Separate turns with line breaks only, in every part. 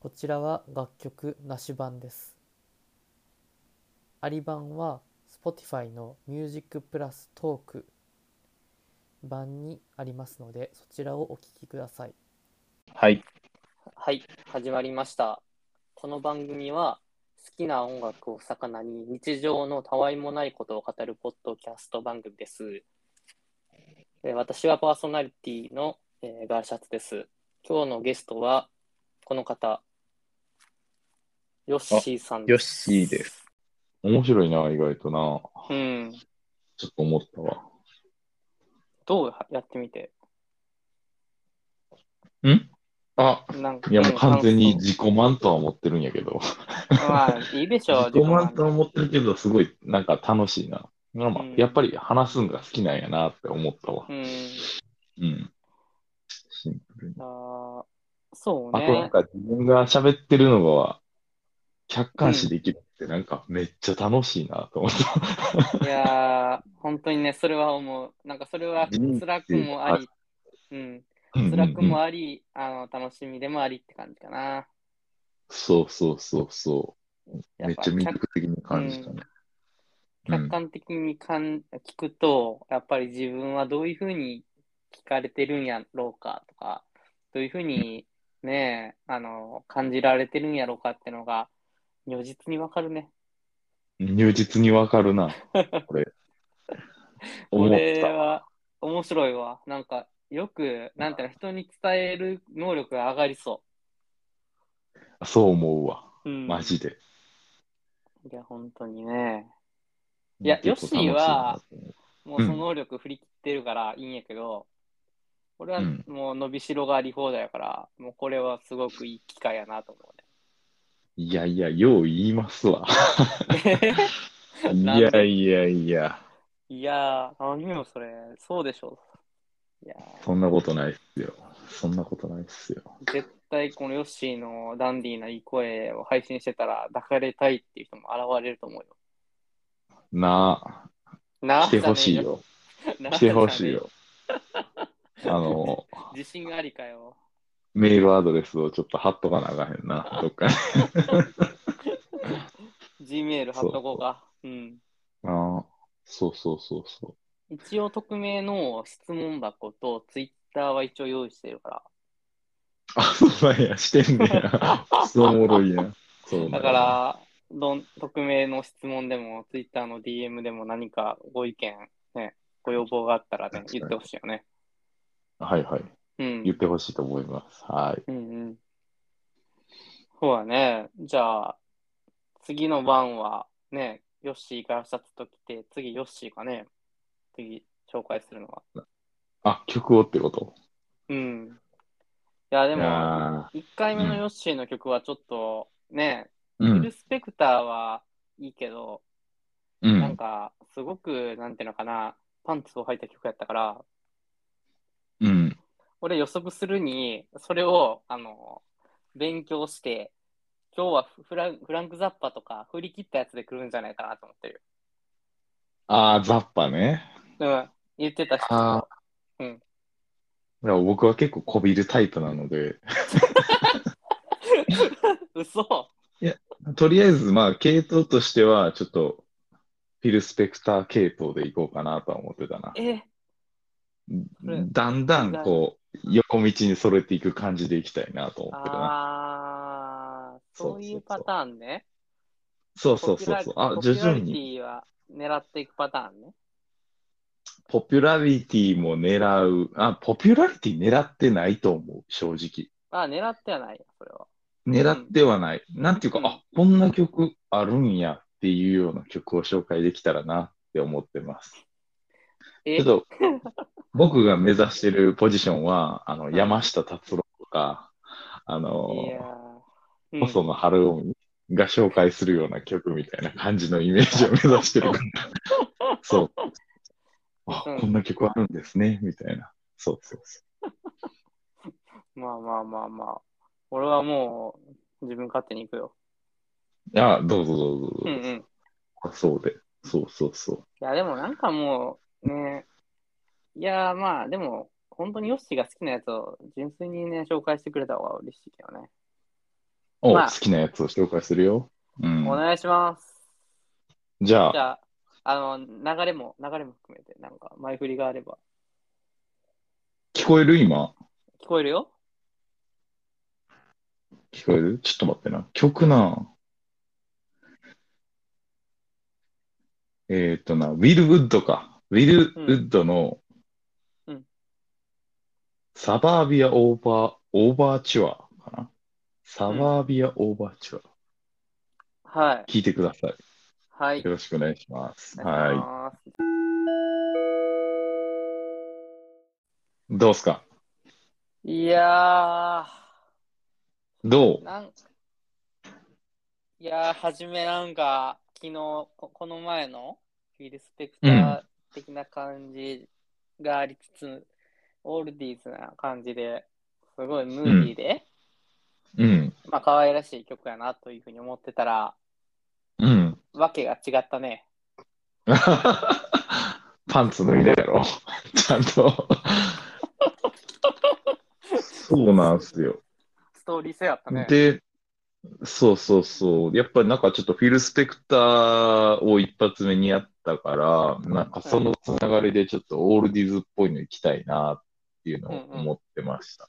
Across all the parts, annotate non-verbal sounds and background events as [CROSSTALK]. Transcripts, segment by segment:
こちらは楽曲なし版です。あり版は Spotify の Music プラストーク版にありますので、そちらをお聴きください。
はい。
はい、始まりました。この番組は好きな音楽を魚に日常のたわいもないことを語るポッドキャスト番組です。えー私はパーソナリティの、えーガーシャツです。今日のゲストはこの方、ヨッシーさん
ヨッシーです。面白いな、意外とな。
うん、
ちょっと思ったわ。
どうやってみて
あ、
なんか
いやもう完全に
うん
自己満とは思ってるんやけど。
まあ、いいでしょう。
自己満とは
も
思ってるけど、すごいなんか楽しいな。なんか
うん
やっぱり話すんが好きなんやなって思ったわ
う。ん、
うん。シンプルに。
あーそう
あとなん
ね。
か自分が喋ってるのが客観視できるってなんかめっちゃ楽しいなと思った。
いやー、本当にね、それは思う。なんかそれは辛くもあり、うん、辛く
うんうんうん
もあり、あの、楽しみでもありって感じかな。
そうそうそうそう。
や
めっ
ぱ
ちゃ魅
客
力的に感じたね。うん
客観的にかん聞くと、やっぱり自分はどういうふうに聞かれてるんやろうかとか、どういうふうにね、あの、感じられてるんやろうかってのが、如実にわかるね。
如実にわかる
[LAUGHS]
な、これ。思
こ
っ
れ
た。
は面白いわ。なんか、よく、なんていうの、人に伝える能力が上がりそ
そう思うわ。
う。うん
マジで。
いや、本当にね。いやヨッシーは、もうその能力振り切ってるからいいんやけど、俺は
うん
もう伸びしろがあり放題やから、もうこれはすごくいい機会やなと思
いやいや、よう言いま
[LAUGHS]
すわ。
うね。
い
なんで
やいやいや、
いやー、何よそれ、そうでしょ。いや
そんなことないっすよ。そんなことないっすよ。
ー絶対このヨッシーのダンディーないい声を配信してたら抱かれたいっていう人も現れると思うよ。
な
な
あ、
あ
来てほしい。よ。
なあ
来てほしい。よ。あの、
自信ありかよ。
メールアドレスをちょっと貼っとかなあかへんな、どっかに。
Gmail 貼っとこうか。うん。
ああ、そうそうそうそ
一応、匿名の質問箱と Twitter は一応用意してるから。
う。あ、 [LAUGHS] そうなんや、してんねや。そうおもろいやん。そうなんや
だか、ら、どん匿名の質問でも、ツイッターの DM でも何かご意見、ね、ご要望があったら、ね
確、かに
言ってほしいよね。
はいはい。
う
言っ
ん。
てほしいと思います。はい。
うんうん。そうだね。じゃあ、次の番は、ね、ヨッシーがシャツと来て、次ヨッシーかね、次紹介するのは。
あ、曲をってこと
うん。いや、でも、
あ
1回目のヨッシーの曲はちょっと、ね、フィル・スペクターはいいけど、
う
なん
ん。
か、すごく、なんていうのかな、パンツを履いた曲やったから、
うん。
俺予測するに、それを、あの、勉強して、今日はフフランフランク・ザッパとか振り切ったやつで来るんじゃないかなと思ってる。
ああ、ザッパね。
うん、言ってた人。
ああ。
うん。
僕は結構こびるタイプなので、
嘘
とりあえず、まあ、系統としては、ちょっと、フィル・スペクター系統でいこうかなとは思ってたな。
え、れ
だんだん、こう、横道にそれていく感じでいきたいなと思ってるな。
あー、そういうパターンね。
そうそうそうそう。あ、
ポピ
徐
ュラ
々
リテ
に、
ィは狙っていくパターンね。
ポピュラリティも狙う。あ、ポピュラリティ狙ってないと思う、正直。
あ、狙ってはないよ、それは。
狙ってはない。なんていうか、
うん
あ、こんな曲あるんやっていうような曲を紹介できたらなって思ってます。
え
ちょっと、僕が目指してるポジションは、あの、
ん
山下達郎とか、あの
い、やー、うん
細野晴臣が紹介するような曲みたいな感じのイメージを目指してるから。
[LAUGHS]
そう。あ
うん、
こんな曲あるんですね、みたいな。そうそうそ
まあまあまあまあ。俺はもう自分勝手に行くよ。
う。あ、どうぞどうぞどうぞ。
うんうん。い
あそうで。そうそうそう。
やでもなんかもうね、いやーまあでも本当にヨッシーが好きなやつを純粋にね、紹介してくれた方が嬉しいけどね。
お、
まあ
好きなやつを紹介するよ。うん
お。願いします。
じゃ
じゃ
あ、
あ、あの、流れも、流れも含めて、なんか、前振りがあれば。
聞こえる今。
聞こえるよ
聞こえるちょっと待ってな。曲な。えーっとな、ウィル・ウッドか。ウィル・ウッドの、
うん
サバービア・オーバー、オーバーチュアかな。サバービア・オーバーチュア。
はい。
聞いてください。
はい。
よろしくお願いします。
お願いし
は
ます
い。どうっすか
いや
ど
ー、なん、いやー、はじめなんか、昨日、ここの前のフィル・スペクター的な感じがありつつ、オールディーズな感じで、すごいムーディーで、
ううん。
まあ、可愛らしい曲やなというふうに思ってたら、
うん。
わけが違ったね。
[LAUGHS] パンツ脱いだやろ。ちゃんと。そうなんすよ。
ストーリー性やったね。
で、そうそうそう。やっぱりなんかちょっとフィル・スペクターを一発目にやったから、なんかそのつながりでちょっとオールディーズっぽいの行きたいなっていうのを思ってました。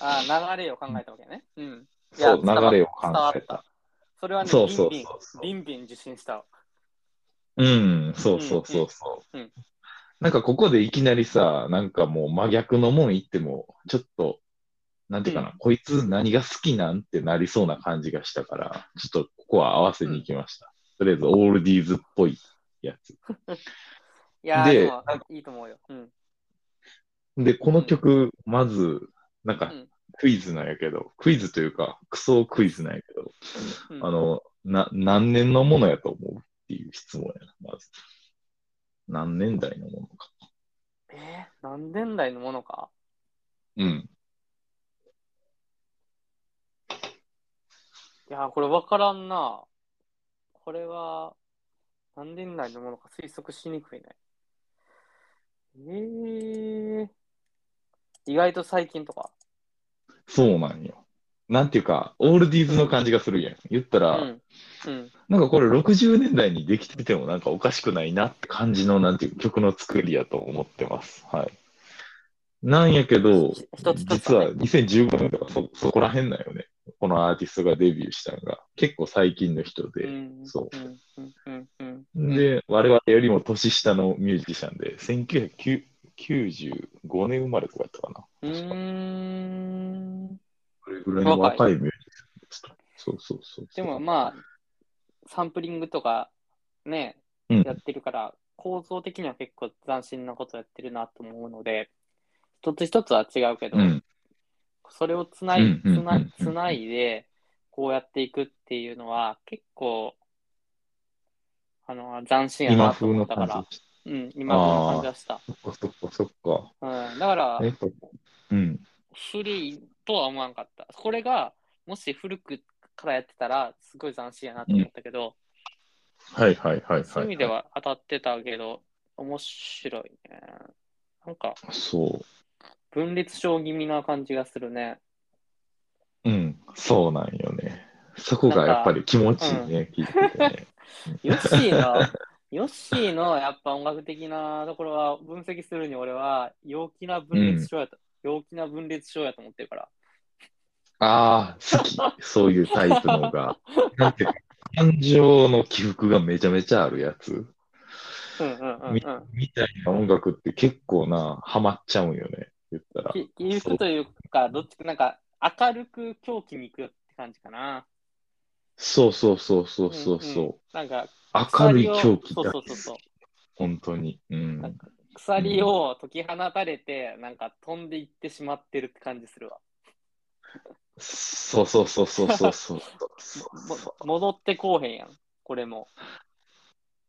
あー流れを考えたわけね。うん。いや
そう、
伝わっ
流れを考
伝
え。
わったそれはね、
そうそうそうそう
ビンビン、ビンビン受信した。
うん、そうそうそうそう。
うんうんうん
なんかここでいきなりさ、なんかもう真逆のもん言っても、ちょっと、なんていうかな、こいつ何が好きなんってなりそうな感じがしたから、ちょっとここは合わせに行きました。とりあえず、オールディーズっぽいやつ。
いやー、
で
でも、いいと思うよ。うん。
で、この曲、まず、なんか
うん
クイズなんやけど、クイズというか、クソクイズなんやけど、
うん
あの、な、何年のものやと思うっていう質問やな、まず。何年代のものか。
えー、何年代のものか
うん。
いやー、これ分からんな。これは、何年代のものか推測しにくいね。えー、意外と最近とか。
そうなんよ。なんていうか、オールディーズの感じがするやん。言った
う
ら、
ん。うん。
なんかこれ60年代にできててもなんかおかしくないなって感じの、なんていう曲の作りやと思ってます。はい。なんやけど
ひ一つ一つだね
実は2015年とかそそこら辺だよね。このアーティストがデビューしたのが結構最近の人で。
うん。
そ
うん。う
う
ん。うん。うん。
で、我々よりも年下のミュージシャンで、1995年生まれとかやったかな。
うーん。
これぐらいの若いミュージシャンですか。そうそうそう
で
そう。
もまあ、サンプリングとかね、
うん
やってるから、構造的には結構斬新なことやってるなと思うので、一つ一つは違うけど、
うん。
それをつな
う
い
ん、
つ
うんう
なん
うん
つないで、こうやっていくっていうのは、結構、あの、斬新や
今
なと
風
思
の
ったか
感
ら、
じ。
うん、今風の感じがした。
そっかそっかそっか。
うん、だから、
えっと、うん。
古いとは思わんかった。これが、もし古くからやってたら、すごい斬新やなと思ったけど、
はいはいはいはい。
そういう意味で。は当たってたけど、面白いね。なんか、
そ
分裂症気味な感じがするね。
う。うん。そうなんよね。そこがやっぱり気持ちいいね。聞いて
[LAUGHS]
てね。
ヨッシーの、
[LAUGHS]
ヨッシーのやっぱ音楽的なところは分析するに俺は陽気な分裂症やと、陽気な分裂症やと思ってるから。
ああ、好き。そういうタイプのが。なんていうか感情の起伏がめちゃめちゃあるやつ
うんうんうんうん。
みたいな音楽って結構な、ハマっちゃうんよね。言ったら。
き起伏というか、どっちかなんか明るく狂気に行くよって感じかな。
そうそうそうそうそう
うんうん
そ
なんか、
う。明るい狂気
そう
だ
そ。うそうそう。
本当に。う
なん
ん。
か鎖を解き放たれて、なんか飛んでいってしまってるって感じするわ。
そうそうそうそうそうそう。
[LAUGHS] も戻ってこうへんやん、これも。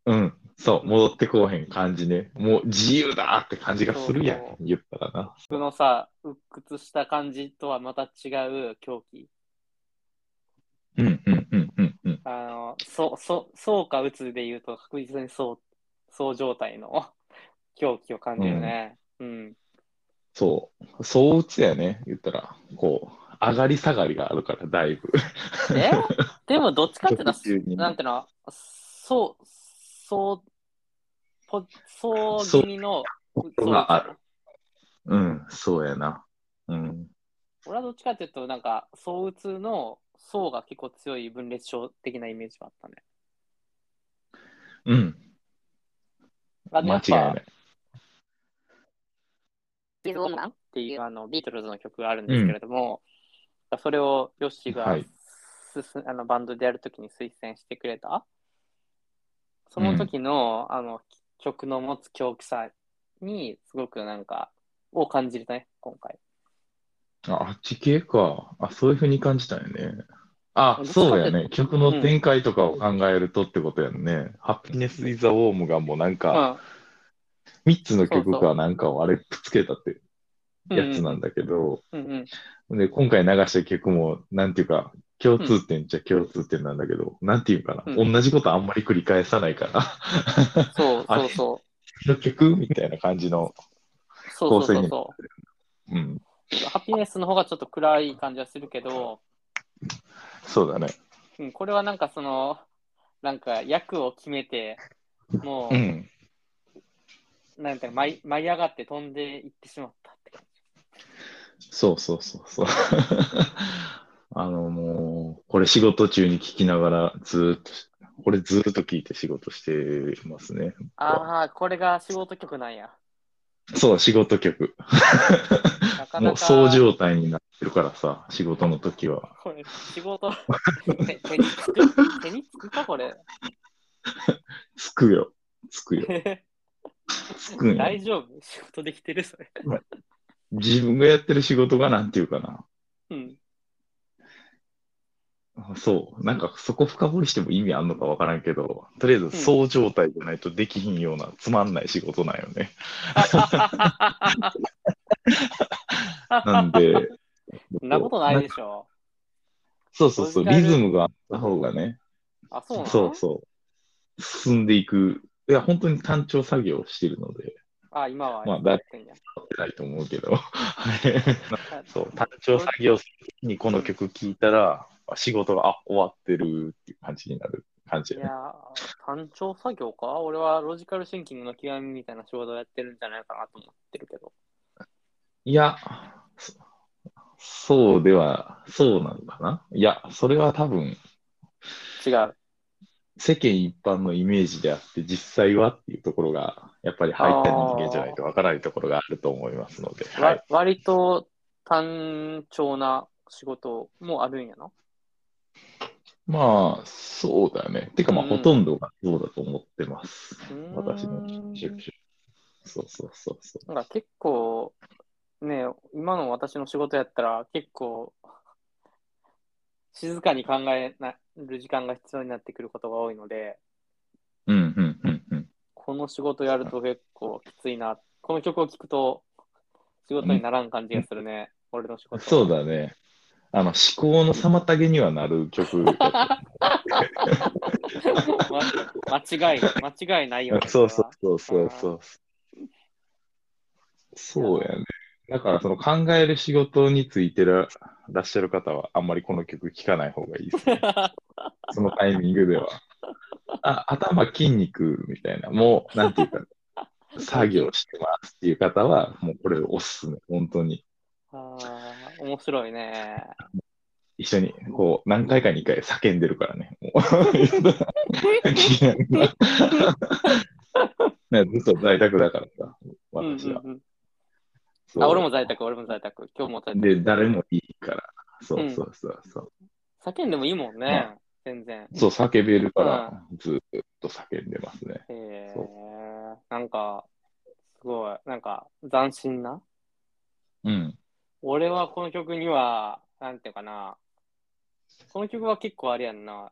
うん、そう、戻ってこうへん感じね。もう自由だって感じがするや、
そうん
言ったらな。
僕のさ、鬱屈した感じとはまた違う狂気。
うんうんうんうんうん。
あの、そ、そ、そうか鬱で言うと確実にそう、そう状態の狂気を
[LAUGHS]
感じるね。うん。
そう、そう打つやね、言ったら。こう、上がり下がりがあるから、だいぶ。
えでもどっちかっていうと
直球 [LAUGHS] に、
なんていうの、そう、そう、ポそう気味の、
ことがある。うん、そうやな。うん。
俺はどっちかっていうと、なんか、躁うつの層が結構強い分裂症的なイメージがあったね。
うん。
あで
間違い
やっぱ
ない。
ビーズ・ウォーマンっていうあのビートルズの曲があるんですけれども、それをヨッシー
は
が
い
すす、あのバンドでやるときに推薦してくれた、その時の、あの曲の持つ狂気さに、すごくなんか、を感じるね、今回。
あ、あっち系か。あ、そういうふうに感じたよね。あ、
どっちか
そうや
って
ね。曲の展開とかを考えるとってことやんね。ハッピネス・イザ・ウォームがもうなん
う
か、
ん
3つの
そう
曲
そ
かなんかをあれくっつけたってやつなんだけど、
うんうん、
で、今回流した曲も、なんていうか、共通点じゃ共通点なんだけど、なんていうかな。
うん
同じことあんまり繰り返さない [LAUGHS] から、
そう
[LAUGHS] あ
そう
れ
そう。
の曲みたいな感じの、
そうそうそう
構
そ
うん、
う。ハピネスの方がちょっと暗い感じはするけど、
そうだね。
うん、これはなんかその、なんか役を決めて、もう、
うん。
なんていうの舞い舞い上がって飛んでいってしまったって感じ。
そうそうそうそう。 [LAUGHS] あのもう、これ仕事中に聞きながらずーっと、俺ずーっと聞いて仕事してますね。
ああ、これが仕事曲なんや。
そう、仕事曲。
なかなか。
もう、そう状態になってるからさ、仕事の時は。
これ、仕事。手手につく手につくか、これ。 [LAUGHS]
つくよ。つくよ。つくんよ。
大丈夫仕事できてるそれ。
自分がやってる仕事がなんていうかな。
うん。
そう。なんかそこ深掘りしても意味あんのかわからんけど、とりあえずそう状態じゃないとできひんようなつまんない仕事なんよね。なんで。
[LAUGHS] そんなことないでしょ。
そうそうそう、
ロジカ
リ
ル
ズムがあった方がね、
あ、そうなの
そうそう、進んでいく、いや、本当に単調作業をしているので、
あ、今は。
まあだ
てんや
合ってないと思うけど、はいそう、単調作業する時にこの曲聴いたら、あ仕事が、あ、終わってるっていう感じになる感じ
い
だ
や
ね。
ー、単調作業か俺はロジカルシンキングの極みみたいな仕事をやってるんじゃないかなと思ってるけど。
いや、そそうでは、そうなのかな。いや、それは多分、
違う。
世間一般のイメージであって、実際はっていうところが、やっぱり入った人間じゃないとわからないところがあると思いますので、はい
わ。割と単調な仕事もあるんやな。
まあ、そうだよね。てか、まあ、
うん
ほとんどがそうだと思ってます。
うーん
私の職種。そうそうそうそ
なんか結構、ね、今の私の仕事やったら結構、静かに考えなる時間が必要になってくることが多いので、
う。うん、うん、うん、うん。
この仕事やると結構きついな。この曲を聴くと仕事にならん感じがするね。俺の仕事。
そうだね。あの、思考の妨げにはなる曲だった。
ま間違い、間違いないよね。
そ
[LAUGHS]
うそうそうそうそう。そうやね。だから、その考える仕事についてららっしゃる方は、あんまりこの曲聴かない方がいいですね。そのタイミングで
[LAUGHS]
は。あ、頭筋肉みたいな、もう、なんていうか、作業してますっていう方は、もうこれおすすめ、本当に。
あー面白い
[LAUGHS]
ね。
一緒に、こう、何回か2回叫んでるからね。もう
[LAUGHS]
聞きながらねずっと在宅だからさ、私は。
うんうんう
そ
ん、
う
あ俺も在宅、俺も在宅。今日も在宅。
で、誰もいいから。そうそうそうそう。
叫んでもいいもんね。全然。
そう、叫べるから、ずっと叫んでますね。
へえ
そ
なんか、すごい、なんか、斬新な。
うん。
俺はこの曲には、なんていうかな、この曲は結構あれやんな、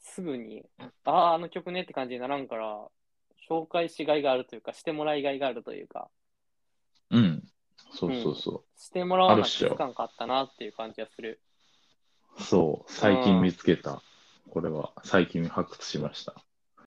すぐに、ああ、あの曲ねって感じにならんから、紹介しがいがあるというか、してもらいがいがあるというか、
うん。そうそうそう。
してもらわなきゃ
あるっしょ
気づかんかったなっていう感じがする。
そう、最近見つけた。これは最近発掘しました。